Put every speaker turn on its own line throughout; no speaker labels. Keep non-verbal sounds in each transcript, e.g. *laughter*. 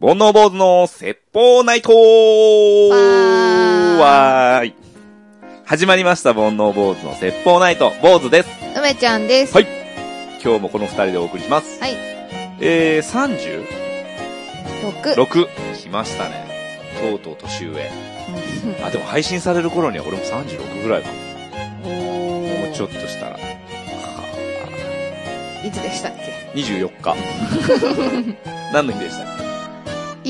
煩悩坊主の説法ナイト
わー
わーい。始まりました、煩悩坊主の説法ナイト、坊主です。
梅ちゃんです。
はい今日もこの二人でお送りします。
はい。
えー、
六。
36来ましたね。とうとう年上。あ、でも配信される頃には俺も36ぐらいか。も
も
うちょっとしたら。は
と。いつでしたっけ
ー24日。
*laughs*
何の日でしたっけ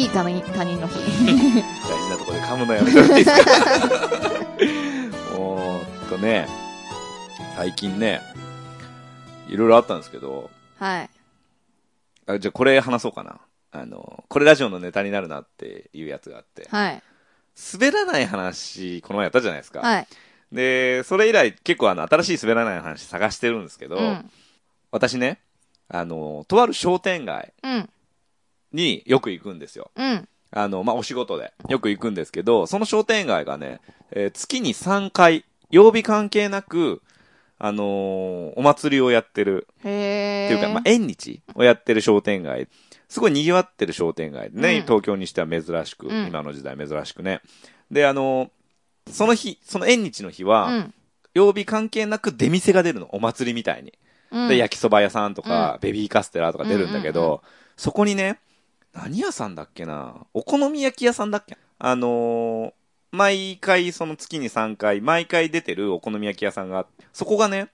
いい他人他人の日。
*laughs* 大事なとこで噛むのやめてもらっていいですか *laughs* おーっとね、最近ね、いろいろあったんですけど、
はい。
あじゃあこれ話そうかな。あの、これラジオのネタになるなっていうやつがあって、
はい。
滑らない話、この前やったじゃないですか。
はい。
で、それ以来結構あの、新しい滑らない話探してるんですけど、
うん。
私ね、あの、とある商店街
うん。
によく行くんですよ。
うん。
あの、まあ、お仕事でよく行くんですけど、その商店街がね、えー月に3回、曜日関係なく、あのーお祭りをやってる、
へ
ってい
え。
うか、まあ、縁日をやってる商店街。すごい賑わってる商店街でね、
うん
東京にしては珍しく、
うん
今の時代珍しくね。で、あのーその日、その縁日の日は、
うん。
曜日関係なく出店が出るの、お祭りみたいに。
うん。
で、焼きそば屋さんとか、
う
ベビーカステラとか出るんだけど、
うんうん
そこにね、何屋さんだっけなお好み焼き屋さんだっけあのー毎回その月に3回、毎回出てるお好み焼き屋さんがあって、そこがね、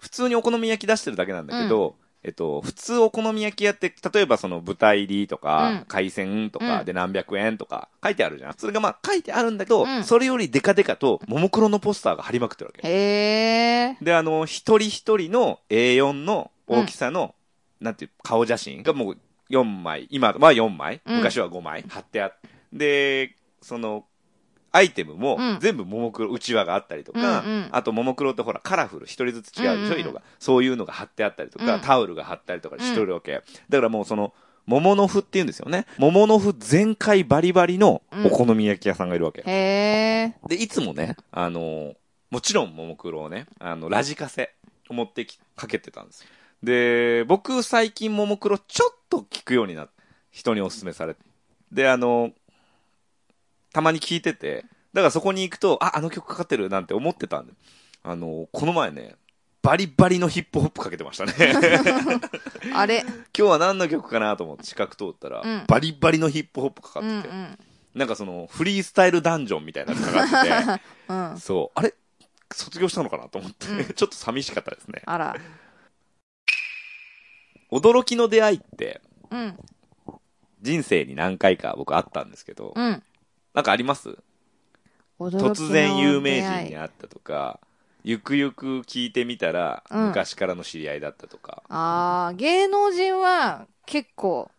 普通にお好み焼き出してるだけなんだけど、えっと、普通お好み焼き屋って、例えばその豚入りとか、
うん
海鮮と
う
か
ん
で何百円とか書いてあるじゃん。それがまあ書いてあるんだけど、
うん
それよりデカデカと、ももクロのポスターが貼りまくってるわけ。
へえ。
で、あの、一人一人の A4 の大きさの、なんていう、顔写真がもう4枚、今は4枚、
うん
昔は5枚貼ってあって、で、その、アイテムも
うん
全部ももクロ、うちわがあったりとか、
うんうん
あとももクロってほらカラフル、一人ずつ違うでしょ、
うんうん
色が。そういうのが貼ってあったりとか、
うん
タオルが貼ったりとかしてるわけ。だからもうその、桃の符って言うんですよね。桃の符全開バリバリのお好み焼き屋さんがいるわけ。
へえ。
で、いつもね、あのーもちろんももクロをね、あの、ラジカセを持ってき、かけてたんですよ。で、僕最近ももクロちょっと聞くようになって、人にお勧めされて。で、あのーたまに聞いてて、だからそこに行くと、あ、あの曲かかってるなんて思ってたんで、あのーこの前ね、バリバリのヒップホップかけてましたね。
*laughs* あれ。
今日は何の曲かなと思って近く通ったら、
うん
バリバリのヒップホップかか
う
っ
んう
てて、
ん。
なんかその、フリースタイルダンジョンみたいなのかか
*laughs*
ってて、
うん。
そう。あれ卒業したのかなと思って、
うん
*laughs* ちょっと寂しかったですね。
あら。
驚きの出会いって、
うん。
人生に何回か僕あったんですけど、
うん。
なんかあります突然有名人に
あ
会ったとか、ゆくゆく聞いてみたら、
うん
昔からの知り合いだったとか。
あー芸能人は結構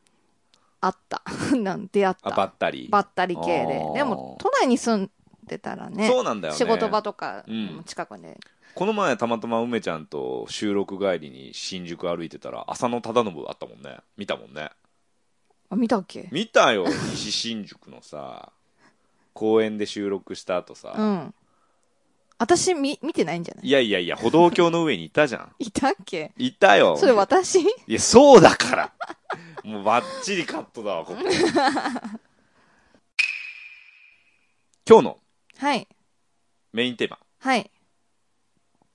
あった。 *laughs* なん出会っ
あ、
た。
ばったり。
ばったり系で
あー。
でも、都内に住んでたらね、
そうなんだよね。
仕事場とか
うん
近くで、
この前たまたま梅ちゃんと収録帰りに新宿歩いてたら、浅野忠信あったもんね。見たもんね。
あ見たっけ
見たよ、西新宿の
*laughs*
さ、公園で収録した後さ、
うん。私、み、見てないんじゃない
いやいやいや、歩道橋の上にいたじゃん。
いたっけ
いたよ。
それ私
いや、そうだから。もうバッチリカットだわ、ここ。今日の
はい。
メインテーマ
はい。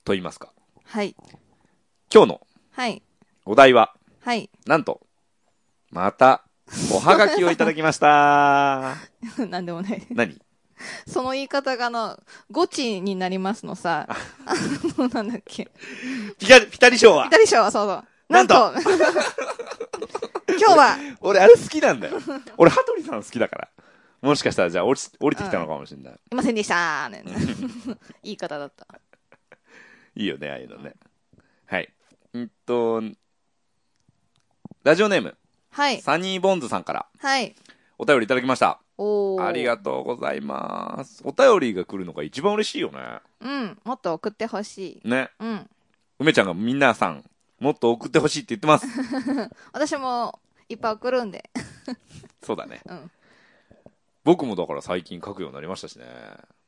と言いますか。
はい。
今日の
はい。
お題は、
はい。 *laughs*
なんと、また、おはがきをいただきま
*laughs*
した。
なんでもない。
何
その言い方がな、ゴチになりますのさ、あの、なんだっけ。
ピタリ、ピタリ賞は
ピタリ賞はそうそう。
な
なんん
と
と *laughs* 今日は、
俺、あれ好きなんだよ。俺、羽鳥さん好きだから。もしかしたら、じゃあ、落ち、降りてきたのかもしれない。
いませんでしたーね。言い方だった。
いいよね、ああいうのね。はい。うんっと、ラジオネーム、
はい。
サニーボンズさんから
はい。
お便りいただきました。
おー。
ありがとうございます。お便りが来るのが一番嬉しいよね。
うん。もっと送ってほしい。
ね。
うん。
梅ちゃんがみんなさん、もっと送ってほしいって言ってます。
*laughs* 私も、いっぱい送るんで。
そうだね。
うん。
僕もだから最近書くようになりましたしね。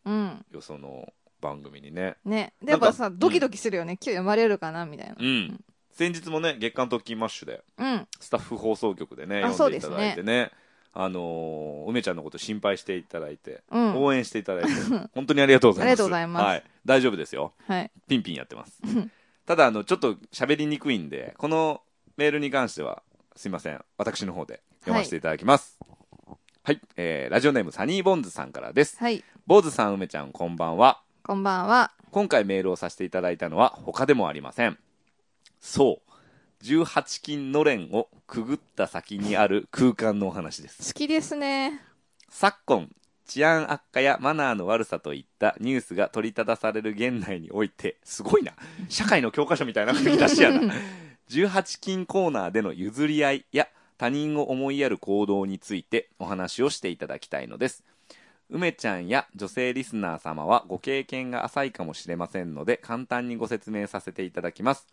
うん。
よその番組にね。
ね。で、
な
や
ん
っ
か
ぱさ、ドキドキするよね。今日読まれるかなみたいな
う。ん。先日もね、月刊特勤マッシュで、
うん。
スタッフ放送局でね、
あ
読んでいただいてね。あのー梅ちゃんのこと心配していただいて、
うん
応援していた
*laughs*
だいて、本当にありがとうございます。
ありがとうございます
はい。大丈夫ですよ。
はい。
ピンピンやってます。ただ、あの、ちょっと喋りにくいんで、このメールに関しては、すいません。私の方で読ませていただきます。はい、えーラジオネームサニーボンズさんからです。
はい。
ボーズさん、梅ちゃん、こんばんは。
こんばんは。
今回メールをさせていただいたのは他でもありません。そう。18金のれんをくぐった先にある空間のお話です。
好きですね。
昨今、治安悪化やマナーの悪さといったニュースが取り立たされる現代において、すごいな。社会の教科書みたいな書き出しやな。18金コーナーでの譲り合いや他人を思いやる行動についてお話をしていただきたいのです。梅ちゃんや女性リスナー様はご経験が浅いかもしれませんので簡単にご説明させていただきます。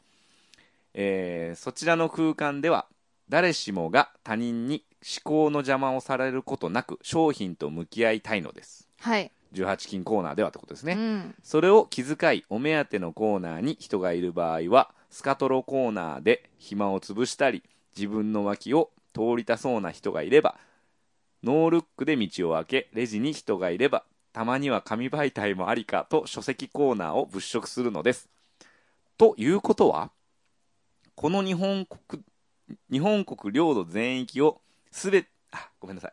えーそちらの空間では誰しもが他人に思考の邪魔をされることなく商品と向き合いたいのです。
はい。
18金コーナーではってことですね。
うん。
それを気遣いお目当てのコーナーに人がいる場合はスカトロコーナーで暇を潰したり自分の脇を通りたそうな人がいればノールックで道を開けレジに人がいればたまには紙媒体もありかと書籍コーナーを物色するのです。ということはこの日本国日本国領土全域をすべあごめんなさい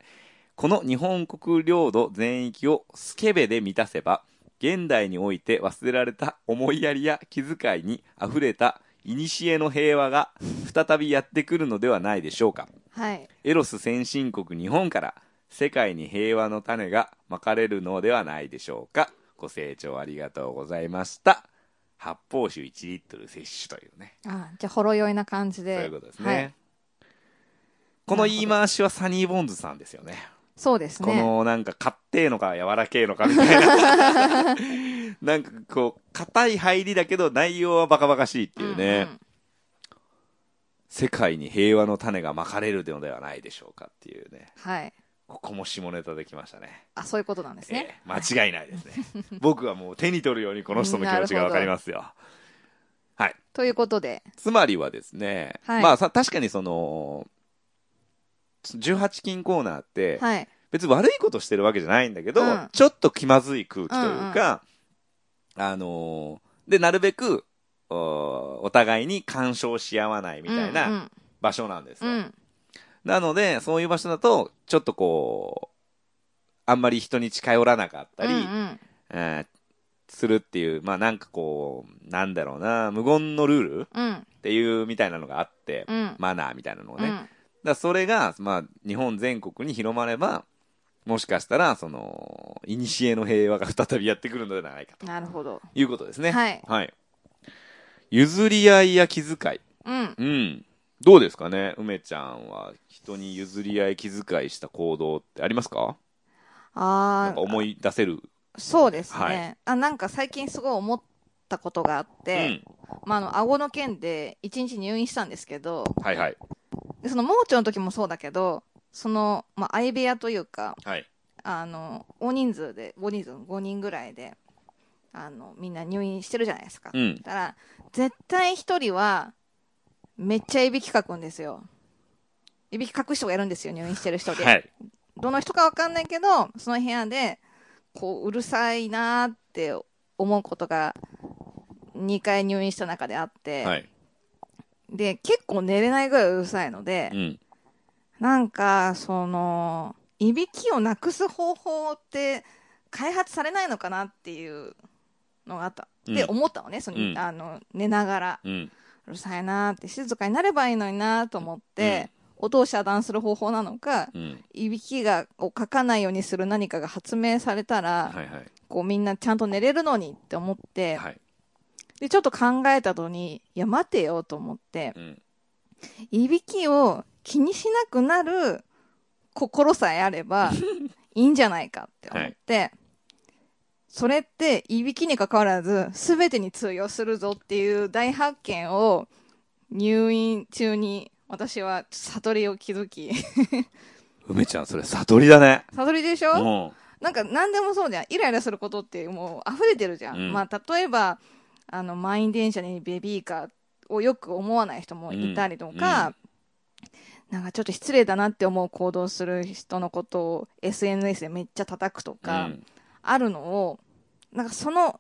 この日本国領土全域をスケベで満たせば現代において忘れられた思いやりや気遣いにあふれた古の平和が再びやってくるのではないでしょうか
はい。
エロス先進国日本から世界に平和の種がまかれるのではないでしょうかご清聴ありがとうございました発泡酒1リットル摂取というね
あ、じゃあ、ほろ酔いな感じで。
そういうことですね、
はい
この言い回しはサニー・ボンズさんですよね
そうです
こ
ね。
のなんか硬えのか柔らけえのかみたいな
*laughs*
なんかこう硬い入りだけど内容はバカバカしいっていうね、
んん
世界に平和の種がまかれるのではないでしょうかっていうね
はい。
ここも下ネタできましたね
あ、そういうことなんですね。
ええ間違いないですね
*laughs*
僕はもう手に取るようにこの人の気持ちがわかりますよはい
ということで。
つまりはですね、
はい
まあさ確かにその18金コーナーって、
はい。
別に悪いことしてるわけじゃないんだけど、
うん
ちょっと気まずい空気というか、あのーで、なるべく、おお互いに干渉し合わないみたい
うん
な場所なんです
う
よ。
ん。うん。
なので、そういう場所だと、ちょっとこう、あんまり人に近寄らなかったり、
うんうん
えーするっていう、まあなんかこう、なんだろうな、無言のルール
うん。
っていうみたいなのがあって、
うん。
マナーみたいなのを
う
ね、
ん。
だからそれが、まあ、日本全国に広まれば、もしかしたら、その、古の平和が再びやってくるのではないかと
なるほど。
いうことですね。
はい
譲り合いや気遣い。
うん。
うん。どうですかね梅ちゃんは、人に譲り合い気遣いした行動ってありますかな
あ
んか
あ、
思い出せる。
そうですね、
はい
あ、なんか最近すごい思ったことがあっ
う
て、
ん。
まあ、あの、顎の件で一日入院したんですけど、
はいはい。
でその盲腸の時もそうだけど、その、まあ、相部屋というか、
はい。
あの、大人数で、5人数、5人ぐらいで、あの、みんな入院してるじゃないですか。
うん。
だから、絶対一人は、めっちゃいびきかくんですよ。いびきかく人がいるんですよ、入院してる人で。
はい。
どの人かわかんないけど、その部屋で、こう、うるさいなーって思うことが、2回入院した中であって、
はい。
で、結構寝れないぐらいうるさいので、
うん。
なんか、その、いびきをなくす方法って開発されないのかなっていうのがあった。で、
うん
思ったのね、その、
うん
あの、寝ながら。
うん。
うるさいなーって、静かになればいいのになーと思って、音を遮断する方法なのか、
うん。
いびきがをかかないようにする何かが発明されたら、
はいはい。
こうみんなちゃんと寝れるのにって思って、
はい。
でちょっと考えたのにいや待てよと思って
うん。
いびきを気にしなくなる心さえあればいいんじゃないかって思って、それっていびきに関わらず全てに通用するぞっていう大発見を入院中に私は悟りを築き *laughs*
梅ちゃん、それ悟りだね。
悟りでしょ、
うん。
なんか何でもそうじゃん。イライラすることってもう溢れてるじゃん。
うん
まあ例えば、あの、満員電車にベビーカーをよく思わない人もいたりとか、なんかちょっと失礼だなって思う行動する人のことを SNS でめっちゃ叩くとか、
うん
あるのをなんかその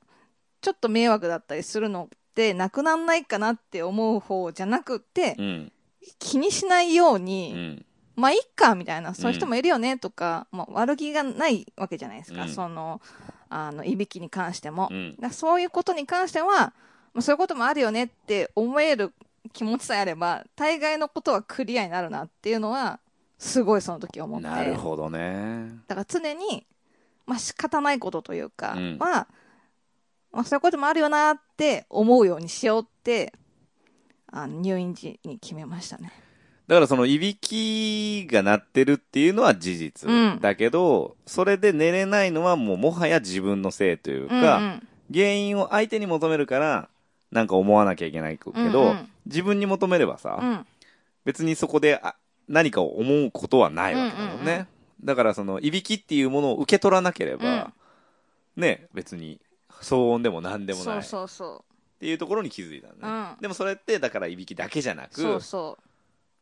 ちょっと迷惑だったりするのってなくなんないかなって思う方じゃなくて、
うん
気にしないよう
う
に、
ん
まあいっかみたいなそういう人もいるよねとか、まあ、悪気がないわけじゃないですか、
うん
そのあのいびきに関しても、
う
だか
ん
らそういうことに関しては、まあ、そういうこともあるよねって思える気持ちさえあれば大概のことはクリアになるなっていうのはすごいその時思って
なるほどね
だから常に、まあ仕方ないことというか
うん
は、まあ、そういうこともあるよなって思うようにしようってあの入院時に決めましたね。
だからそのいびきが鳴ってるっていうのは事実、
うん
だけどそれで寝れないのはもうもはや自分のせいというか、
うんうん
原因を相手に求めるからなんか思わなきゃいけないけど、
うんうん
自分に求めればさ、
うん
別にそこであ何かを思うことはないわけだもんね、
うんうんう
だからそのいびきっていうものを受け取らなければ、ね別に騒音でも何でもないっ
そうそう
ていうところに気づいたんだね、
うん
でもそれってだからいびきだけじゃなく
そうそうそ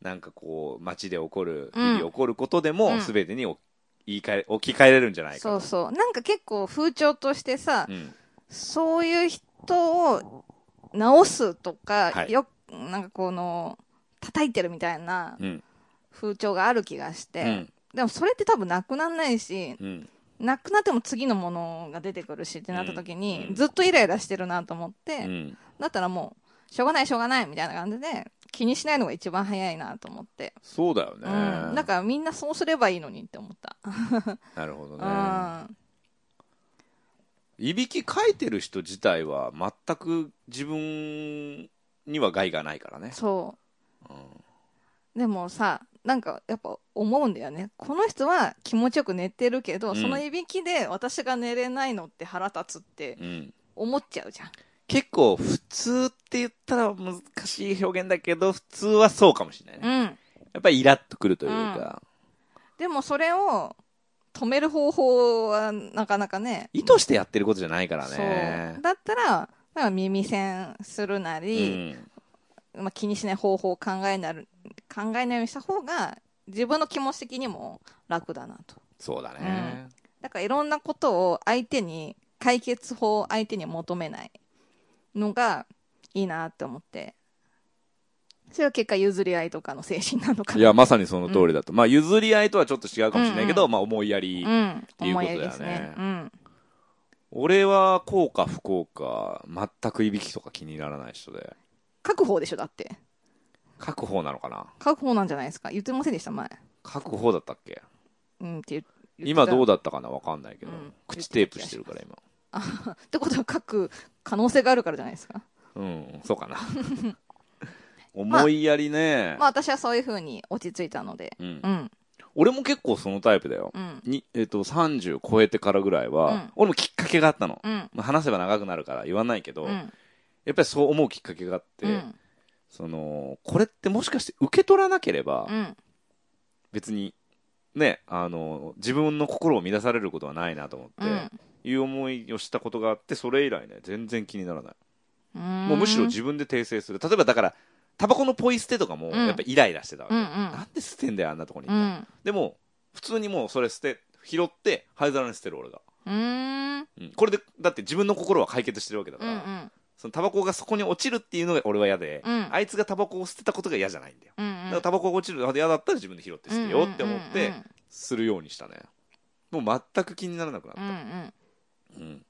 なんかこう街で起こる日
うん
々起こることで
う
も
ん
全てにお言い換え置き換えれるんじゃな
う
い
そ
か
うそうなんか結構風潮としてさ、
とうん
そういう人を直すとか、
はい
よなんかこの叩いてるみたいな
うん
風潮がある気がし
う
て、
ん
でもそれって多分なくなんないし
うん
なくなっても次のものが出てくるしってなった時に、
うん
ずっとイライラしてるなと思って、
うん
だったらもうしょうがないしょうがないみたいな感じで気にしないのが一番早いなと思って、
そうだよね、
うん、だからみんなそうすればいいのにって思った、
なるほど
う
ね、
ん、
いびき書いてる人自体は全く自分には害がないからね
そううでもさなんかやっぱ思うんだよねこの人は気持ちよく寝てるけど、
うん
そのいびきで私が寝れないのって腹立つって
ん、うん、
思っちゃうじゃん
結構普通って言ったら難しい表現だけど普通はそうかもしれないね、
うん
やっぱりイラッとくるというか、
でもそれを止める方法はなかなかね
意図してやってることじゃないからね
そうだったらなんか耳栓するな
う
り、
ん、
まあ、気にしない方法を考えなる考えないようにした方が自分の気持ち的にも楽だなと
そうだね、
だからいろんなことを相手に解決法を相手に求めないのがいいなって思ってそれは結果譲り合いとかの精神な
*laughs*
のかない
やまさにその通りだと、まあ譲り合いとはちょっと違うかもしれないけど、
うんうん
まあ思いやり、
うん
ていうこと
思い
だ
や
よね
りですねうん
俺はこうか不幸か全くいびきとか気にならない人で
確保でしょだって
書く方なのかな
確保なんじゃないですか言ってませんでした前
書く方だったっけ
うんって言う
今どう
だ
だったかなわかんないけど、
うん
口テープしてるから今
ってことは書く可能性があるからじゃないですか
うんそう
*laughs*
かな思いやりね、
まあ私はそういうふうに落ち着いたので
うん
うん
俺も結構そのタイプだよ、
うん
にえっと30超えてからぐらいは、
うん
俺もきっかけがあったの、
うん
まあ話せば長くなるから言わないけど、
うん
やっぱりそう思うきっかけがあって、
うん
そのこれってもしかして受け取らなければ、
うん
別にねあの自分の心を乱されることはないなと思って、いう思いをしたことがあってそれ以来ね全然気にならない
うん
もうむしろ自分で訂正する例えばだからタバコのポイ捨てとかも
ん
やっぱイライラしてたわけ、
うんうん
なんで捨てんだよあんなとこに、
うん
でも普通にもうそれ捨て拾って灰皿に捨てる俺が、
うー
う
ん
んこれでだって自分の心は解決してるわけだか
うんう
ら、
ん
そのタバコがそこに落ちるっていうのが俺は嫌で、
うん
あいつがタバコを捨てたことが嫌じゃないんだよ、
うんうん
だからタバコが落ちるのが嫌だったら自分で拾って捨てようって思って、
うん
するようにしたねもう全く気にならなくなっ
うんうんうん
た、うん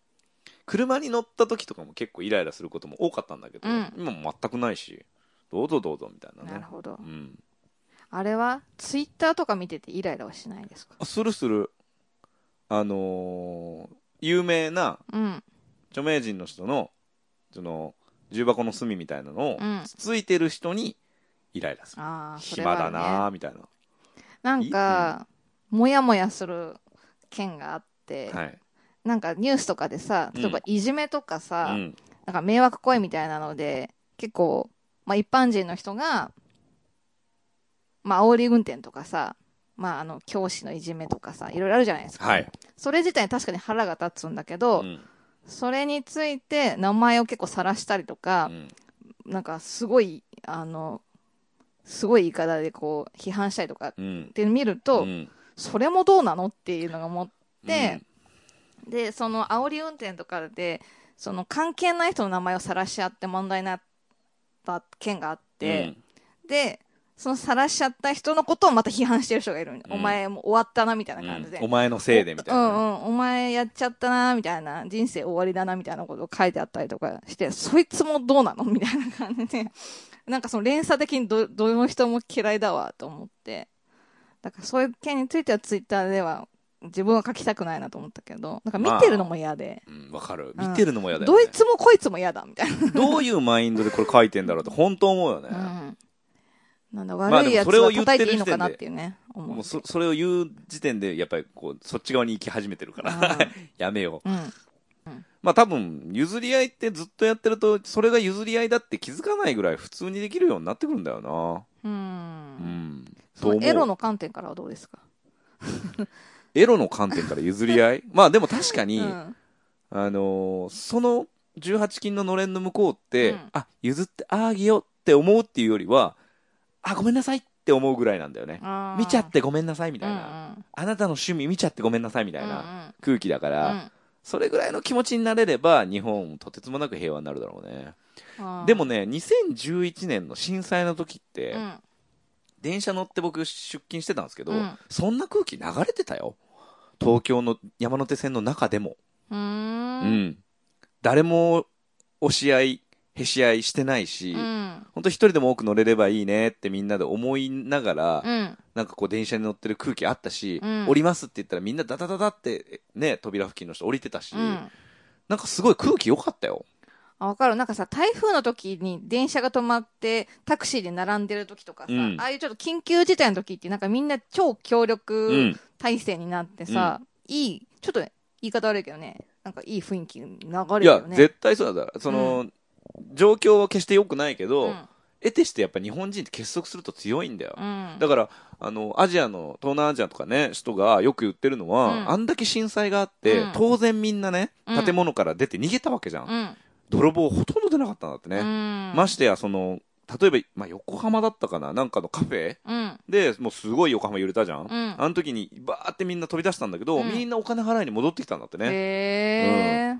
車に乗った時とかも結構イライラすることも多かったんだけど、
うん
今も全くないしどうぞどうぞみたいな
うん
ね
なるほど
うん、
あれはツイッターとか見ててイライラはしないですか
あするするあのー有名な
うん
著名人の人のその重箱の隅みたいなのを
うん
つついてる人にイライラする、
ああそれ
暇
は
だな
あ
ーみたいな、
るねなんかもやもやする件があって
はい、
なんかニュースとかでさ例え
う
ば
ん
いじめとか
う
さ
ん
なんか迷惑行為みたいなので結構まあ一般人の人がまあ煽り運転とかさまああの教師のいじめとかさいろいろあるじゃないですか
はい、
それ自体確かに腹が立つんだけど、
うん
それについて名前を結構晒したりとか
う、ん
なんかすごいあのすごい言い方でこう批判したりとかっ
うん。
て見ると、
うん
それもどうなのっていうのが思って、でその煽り運転とかでその関係ない人の名前を晒し合って問題になった件があっ
うん
て、でその晒しちゃった人のことをまた批判してる人がいる、
うん
お前もう終わったなみたいな
うん
感じで、
お前のせいでみたい
うんう
な。
ん、お前やっちゃったなみたいな人生終わりだなみたいなことを書いてあったりとかしてそいつもどうなのみたいな感じで *laughs* なんかその連鎖的にどどの人も嫌いだわと思ってだからそういう件についてはツイッターでは自分は書きたくないなと思ったけどなんか見てるのも嫌で、
うん、わかる。見てるのも嫌だよ、
ど
ね
いつもこいつも嫌だみたいな、
どういうマインドでこれ書いてんだろうって本当思うよね。
うん、なんだ
まあ
悪いやつは叩いていい
でもそれを言ってる時点
の
で
かなっていうね思う
もうそそれを言う時点でやっぱりこうそっち側に行き始めてるからやめよう
うんうん
まあ多分譲り合いってずっとやってるとそれが譲り合いだって気づかないぐらい普通にできるようになってくるんだよな
う。
うんんと
そ
思
の
う
エロの観点からはどうですか
エロの観点から譲り
*laughs*
合いまあでも確か
う
に、
ん。
あのーその18金ののれんの向こうって、
うん
あ譲ってああげようって思うっていうよりはあごめんなさいって思うぐらいなんだよね
あー
見ちゃってごめんなさいみたいな、
うんうんうん
あなたの趣味見ちゃってごめんなさいみたいな空気だから、
うんうん
それぐらいの気持ちになれれば日本とてつもなく平和になるだろうね
あー
でもね2011年の震災の時って、
うん
電車乗って僕出勤してたんですけど、
うん
そんな空気流れてたよ東京の山手線の中でも
うー
うん、
ん
誰も押し合いへし合いしてないし、
うん
ほんと一人でも多く乗れればいいねってみんなで思いながら、
うん
なんかこう電車に乗ってる空気あったし、
うん
降りますって言ったらみんなダダダダってね、扉付近の人降りてたし、
うん
なんかすごい空気良かったよ。
あわかるなんかさ台風の時に電車が止まってタクシーで並んでる時とかさ、
うん
ああいうちょっと緊急事態の時ってなんかみんな超協
う
力
ん。
体制になってさ、いいちょっと言い方悪いけどねなんかいい雰囲気に流れ
い
るよ
や、
ね
絶対そうだ。その、状況は決して良くないけど、
うん
得てしてやっぱ日本人って結束すると強いんだよ。
うん
だから、あの、アジアの、東南アジアとかね、人がよく言ってるのは、
うん
あんだけ震災があって、
うん
当然みんなね、
うん
建物から出て逃げたわけじゃん。
うん
泥棒ほとんど出なかったんだってね。
うん
ましてや、その、例えば、まあ、横浜だったかななんかのカフェ
うん
で、もうすごい横浜揺れたじゃん。
うん
あの時に、バーってみんな飛び出したんだけど、
うん
みんなお金払いに戻ってきたんだってね。
へえ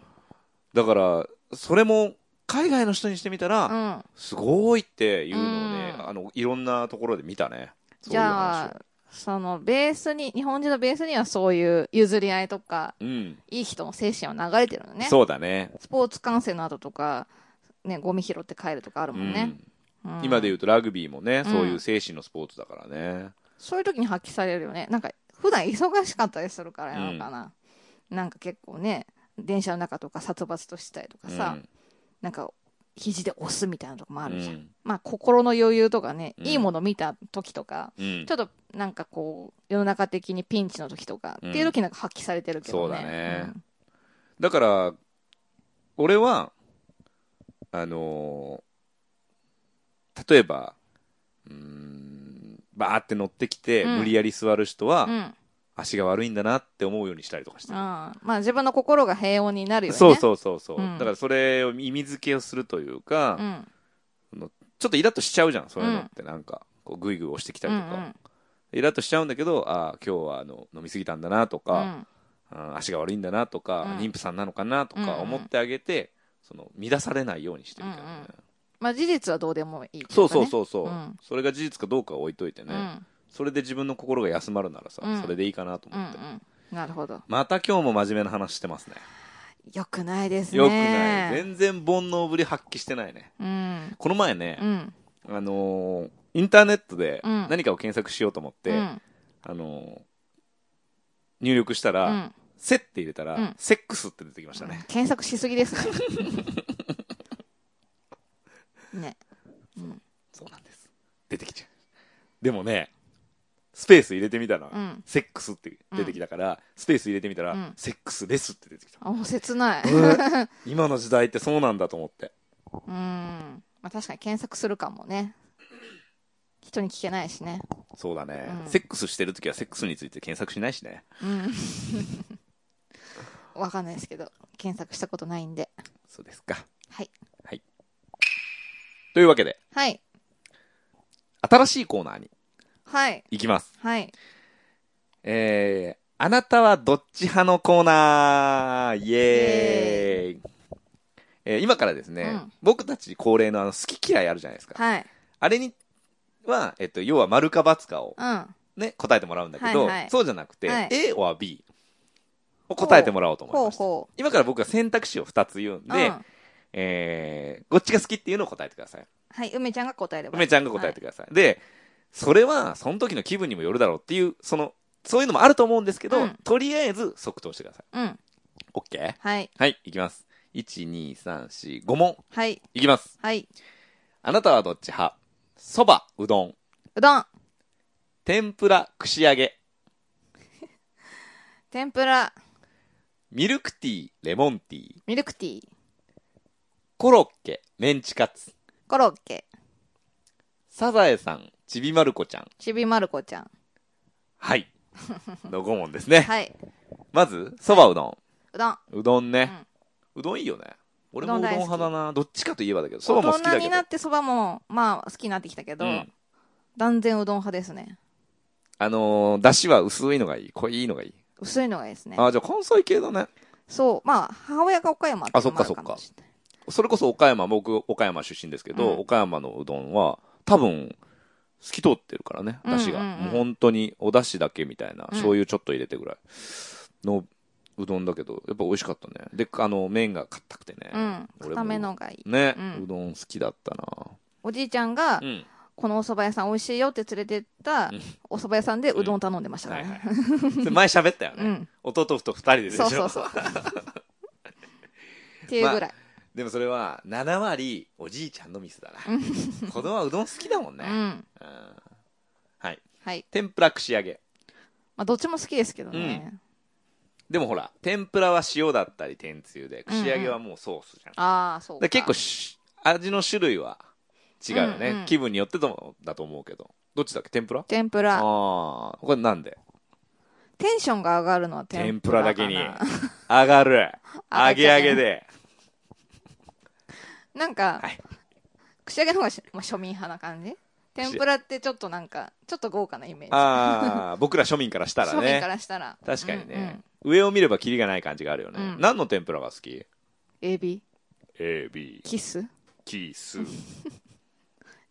だから、それも、海外の人にしてみたら、
うん
すごいっていうのをね、
うん
あの、いろんなところで見たね。そう
じ
いう
ゃ
話を
あ。そのベースに日本人のベースにはそういう譲り合いとか
うん。
いい人の精神は流れてるのね
そうだね。
スポーツ観戦の後とか、ね、ゴミ拾って帰るとかある
う
もんね、
ん
うん
今で言うとラグビーもね、
うん
そういう精神のスポーツだからね。
そういう時に発揮されるよねなんか普段忙しかったりするからなのかな、なんか結構ね電車の中とか殺伐としたりとかさ、
うん
なんか肘で押すみたいなとこもあるじゃん、
うん
まあ心の余裕とかね、
うん
いいもの見た時とか
うん
ちょっとなんかこう世の中的にピンチの時とか、っていう時なんか発揮されてるけど
そ
ね
うだねだから、俺は、あのー例えば、うーん、バーって乗ってきて、
うん
無理やり座る人
うんう
は、
ん
足が悪いんだなって思うようにしたりとかしてる。
ああまあ自分の心が平穏になるよね
そうそうそうそう。
うん
だからそれを意味付けをするというか、
うん
ちょっとイラッとしちゃうじゃん、そういうのって。なんか、こう、グイグイ押してきた
うん
り
う
とか。
ん
イラッとしちゃうんだけど、ああ、今日はあの飲みすぎたんだなと
う
か、
ん
うん足が悪いんだなとか、
うん
妊婦さんなのかなとか
うんうん
思ってあげて、その、乱されないようにしてるけどね。
うんうんまあ事実はどうでもいい、
そうそうそうそう、
うん
それが事実かどうかは置いといてね、
うん
それで自分の心が休まるならさ、
うん
それでいいかなと
うんう
思って、
んなるほど
また今日も真面目な話してますね
よくないですね
よくない全然煩悩ぶり発揮してないね
うん
この前ね
う、ん
あのーインターネットで
うん
何かを検索しようと思って、
うん
あのー入力した
う
ら、
ん
セって入れたら、
うん
セックスって出てきましたね。
検索しす
*laughs*
ぎですねね
そうなんです。出てきちゃう。でもね、スペース入れてみたら、
うん
セックスって出てきたから、スペース入れてみたら、
うん
セックスレスって出て
*laughs*
きた。
あもう切ない
今の時代ってそうなんだと思って。
うんまあ確かに検索するかもね人に聞けないしね
そうだね。
うん
セックスしてるときはセックスについて検索しないしね。
うん *laughs* わかんないですけど検索したことないんで
そうですか。
はい
というわけで、
はい
新しいコーナーに
はい。
行きます。
はい。
えー、あなたはどっち派のコーナーイエーイえー今からですね、
うん
僕たち恒例のあの好き嫌いあるじゃないですか。
はい。
あれには、えっと、要は丸か×かを
うん。は
ね、答えてもらうんだけど、
はいはい
そうじゃなくて、
はい
A or B を答えてもらおうと思い
ほう
ました。
ほ
今から僕は選択肢を2つ言うん
う。
で、
うん
えー、どっちが好きっていうのを答えてください。
はい。梅ちゃんが答えればいい。
梅ちゃんが答えてください。で、それは、その時の気分にもよるだろうっていう、その、そういうのもあると思うんですけど、
うん
とりあえず即答してください。
はい。うん。
OK?
はい。
はい、いきます。1、2、3、4、5問。
はい。
いきます。
はい。
あなたはどっち派そば、うどん、
うどん。
天ぷら、串揚げ、
天ぷら。
ミルクティー、レモンティー、
ミルクティー。
コロッケ、メンチカツ、
コロッケ。
サザエさん、ちびまる子ちゃん。
ちびまる子ちゃん。
はい。 *laughs* の5問ですね。
はい。
まず、そばうどん。
うどん。
うどんね、うどんいいよね。俺もう
う
ど
ど
ん
ん大好き
派だな。どっちかといえばだけど、そばも好きだ
大
け
人
ど。
になってそばも、まあ、好きになってきたけど、
うん
断然うどん派ですね。
あのー、だしは薄いのがいい。濃いのがいい。
薄いのがいいですね。
あーじゃあ関西系だね。
そう。まあ、母親が岡山っていうのも
あそっか
るもしれない
それこそ岡山、僕、岡山出身ですけど、
うん
岡山のうどんは、多分、透き通ってるからね、だしが。
うんうんうん
もう本当に、おだしだけみたいな、
ん
醤油ちょっと入れてぐらいのうどんだけど、やっぱ美味しかったね。で、あの、麺が硬くてね。
うん。固めのがいい。
ね、
うん
うどん好きだったな。
おじいちゃんが、
ん。
このお蕎麦屋さん美味しいよって連れてった
うん、
お蕎麦屋さんでうどん頼んでましたか
は
ら
いはい *laughs* そ
ね。。
れ前喋ったよね。
うん
弟と二人ででしょ。
そうそうそう。 *laughs* っていうぐらい。
でもそれは、7割おじいちゃんのミスだな。子供はうどん好きだもんね。
うん。
うんはい。
はい。
天ぷら串揚げ。
まあ、どっちも好きですけどね。
でもほら、天ぷらは塩だったり天つゆで、串揚げはもうソースじゃん。
ああ、そうか。
で結構し味の種類は違うよね。
うんうん
気分によってともだと思うけど。どっちだっけ天ぷら
天ぷ
ああ
ら。
ー、これなんで
テンションが上がるのは
天
天
ぷ
ぷ
ら
ら
だ
か
け
な
に。上がる。揚
*laughs* 上がっ
げ
ちゃうね
揚げで。
なんか、
はい
串揚げの方がし、まあ、庶民派な感じ天ぷらってちょっとなんか、ちょっと豪華なイメージ。
ああ、僕ら庶民からしたらね。
*laughs* 庶民からしたら。
確かに
うんう
ね
ん、
上を見ればキリがない感じがあるよね、
うん
何の天ぷらが好き
エビ、
AB
キス
キース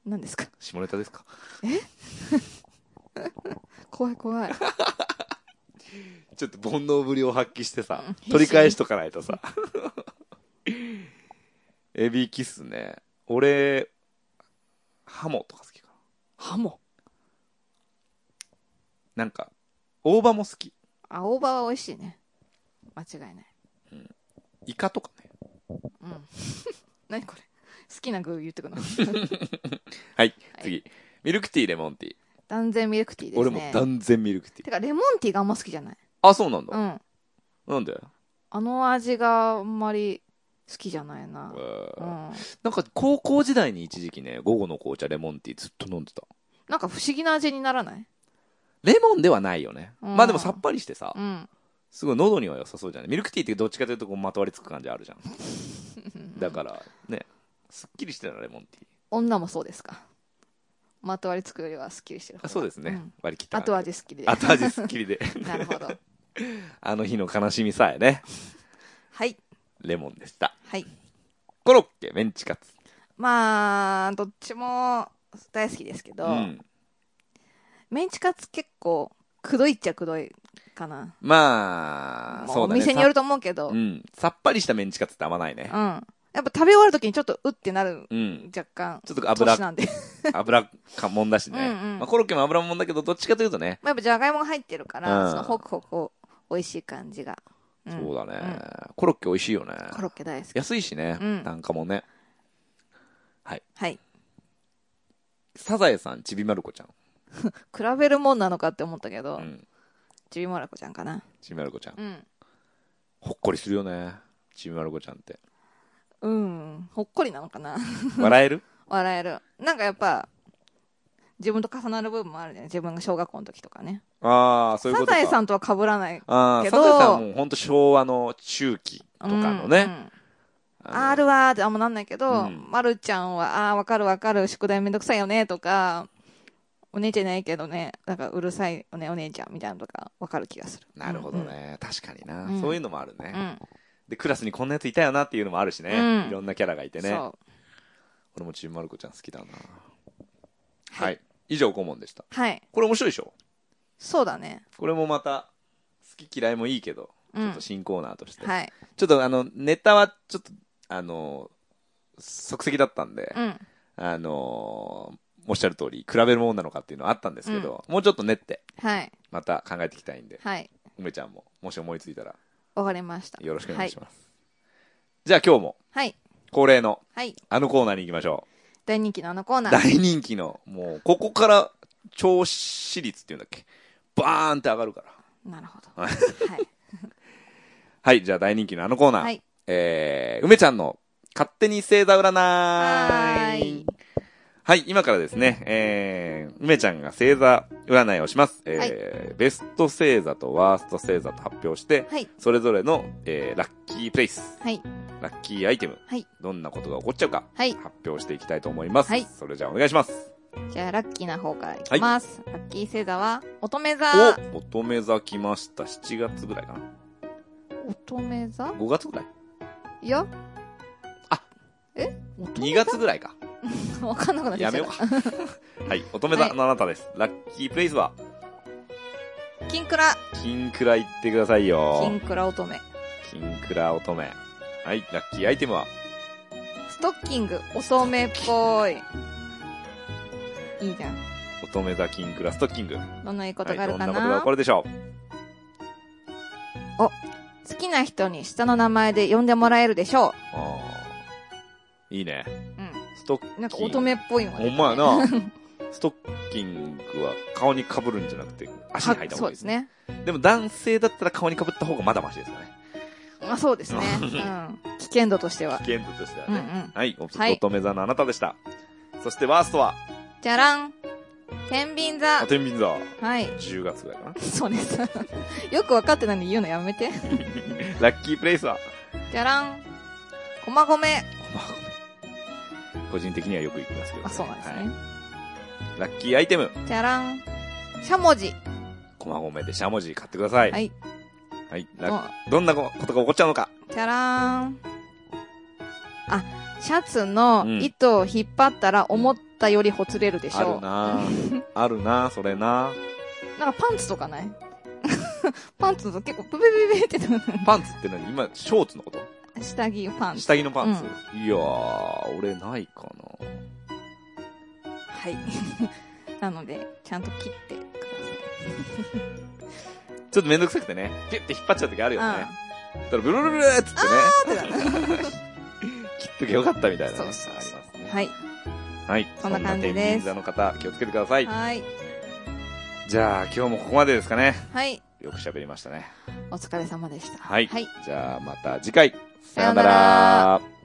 何ですか *laughs*
下ネタですか
怖い怖い。
ちょっと煩悩ぶりを発揮してさ
うん
取り返しとかないとさ *laughs* エビキスね俺ハモとか好きかな
ハモ。
なんか大葉も好き
青葉は美味しいね。間違いない。
イカとかね
うん。何これ好きな具言ってくの *laughs*
はい
はい
次、ミルクティーレモンティー、
断然ミルクティーですね。
俺も断然ミルクティー
てか、レモンティーがあんま好きじゃない。
あそうなんだ、
うん。
なんで、
あの味があんまり好きじゃないな
う。わ
う
ー
ん。
なんか高校時代に一時期ね午後の紅茶レモンティーずっと飲んでた
なんか不思議な味にならない
レモンではないよね。
うん
まあでもさっぱりしてさ
う、ん。
すごい喉には良さそうじゃないミルクティーってどっちかというとこうまとわりつく感じあるじゃん。 *laughs* だから、ね、すっきりしてるな、レモンティー。
女もそうですかまとわりつくよりはスッキリしてる
あ
方が
そうですね。
ん
割り切った。
後。味スッキリで
後味すっき
*laughs*
りで。
なるほど
あの日の悲しみさえね、
はい
レモンでした。
はい
コロッケ、メンチカツ。
まあどっちも大好きですけ
う
ど、
ん。
メンチカツ結構くどいっちゃくどいかな
まあ、
まあ
そう
お
だね。
店による
と。
と思うけどう、
うんん。さっぱりしたメンチカツってあんまないね。
やっぱ食べ終わるときにちょっとうってなる、
うん。
若干
ちょっと油
年な
*laughs*
んで
油かもんだしね。
うんうん
まあ、コロッケも油もんだけど、どっちかというとね、
まあやっぱじゃがいもが入ってるから、
うん
そのホクホクこう美味しい感じが、うん
そうだね、コロッケ美味しいよね。
コロッケ大好き
安いしね、
うん
なんかもね
はい
サザエさんちびまる子ちゃん、
比べるもんなのかって思ったけど、
うん、
ちびまる子ちゃんかな
ちびまる子ちゃん
うん
ほっこりするよねちびまる子ちゃんって
うん、ほっこりなのかな *laughs*
笑える
笑える。なんかやっぱ、自分と重なる部分もあるね。自分が小学校の時とかね。
*laughs* ああそういう
サ
ことか
ザエさんとは被らない。
あー
け
サ
ど
ザエさんはもうほんと昭和の中期とかの
うん
ね、。
うん
あの
R はってあんまなんないけど、
うん
まるちゃんは、ああ、わかるわかる、宿題めんどくさいよね、とか、お姉ちゃんいないけどね、なんかうるさいおね、お姉ちゃんみたいなのとかわかる気がする。
なるほどね。確かにな、
うん
そういうのもある
う
ね、
ん。うん。
で、クラスにこんなやついたよなっていうのもあるしね。
うん
いろんなキャラがいてね。
そう。
俺もちびまる子ちゃん好きだな。
はい
はい。以上、顧問でした。
はい。
これ面白いでしょ
そうだね。
これもまた、好き嫌いもいいけど、
うん
ちょっと新コーナーとして。
はい。
ちょっとあの、ネタはちょっと、あの、即席だったんで、
うん。
あの、おっしゃる通り、比べるものなのかっていうのはあったんですけど、もうちょっと練って、
はい。
また考えていきたいんで、
はい。
梅ちゃんも、もし思いついたら、
わかりました。
よろしくお願いします。じゃあ今日も、
はい。
恒例の、
はい。はい。
あのコーナーに行きましょ
大人気のあのコー
う。
ナー。
大人気の、もう、ここから、調子率っていうんだっけ。バーンって上がるから。
なるほど。
は
はいい。
*laughs* はい、じゃあ大人気のあのコーナー。
はい。
えー、梅ちゃんの勝手に星座占い。
は
は
ーい
い。今からですね、えー、梅ちゃんが星座占いをします。えーベスト星座とワースト星座と発表して、
はい。
それぞれの、えー、ラッキープレイス、
はい。
ラッキーアイテム、
はい。
どんなことが起こっちゃうか、
はい。
発表していきたいと思います。
はい
それじゃあお願いします。
じゃあ、ラッキーな方からいきます。ラッキー星座は、乙女座。
お乙女座来ました。7月ぐらいかな。
乙女座
5月ぐらい
いや。
あ
え乙女
?2
座
月ぐらいか。
*laughs* わかんなくなっちゃ
や
った。
めようか。
*laughs*
はい、乙女座のあなたです。ラッキープレイスは、
キンクラ。
金クラ行ってください
キ
よ
ン。クラ乙女。
金クラ乙女。はい、ラッキーアイテムは、
ストッキング、乙女っぽい。いいじゃん。
乙女座金クラストッキング。は
どんないいこと
い、
があ
ど
る
ん
か
な
な、
ことが起こるでしょ
好きな人に下の名前で呼んでもらえるでしょ
う。あーいいね。
う。う
ストッキン
ん。
グ。
なんか乙女っぽいのが
ほ
出て
んまや
*laughs*
な。ストッキングは顔に被るんじゃなくて、足に履いた方
そ
が
う
いいで
で
すすね。
ね。
でも男性だったら顔に被った方がまだマシですよね。
まあそうですね。うん。危険度としては。
危険度としては
うんう
ね。
ん。
はい、お
はい
乙女座のあなたでした。そしてワーストは、
じゃらん。天秤座
あ。天秤座。
はい。 *laughs*
10月ぐらいかな。
そうです。 *laughs* よくわかってないのに言うのやめて。
ラッキープレイスは、
じゃらん。駒込。
まあ個人的にはよく行きますけど、
あ、そうなんですね。
はいラッキーアイテム、
じゃらん。しゃもじ。
駒込でしゃもじ買ってください。
は
はい。
い。
ラどんなことが起こっちゃうのか。
じゃらーん。あ、シャツの
うん
糸を引っ張ったら思ったよりほつれるでし
あ
ょう。
るなぁあるなぁそれな
なんかパンツとかないパンツと結構プペペペってなる
パンツって何今、ショーツのこと
下着パンツ。
下着のパンツ、いやー、俺ないかな
はい。なので、ちゃんと切ってくだ
ちょっとめんどくさくてね、ピュッて引っ張っちゃう時あるよ
さい
ね。。だからブルルルルーっつってね。切っとけよかったみたいなね。
そうそうそう
あります
うん。
ね。
はい。
はい。
そんな感
そ
じです
んな天秤座の方、気をつけてください。
はい。
じゃあ、今日もここまでですかね。
はい。
よく喋りましたね。
お疲れ様でした。
はい
はい。
じゃあまた次回。さ
よ
よ
う
う
な
な
ら
ら。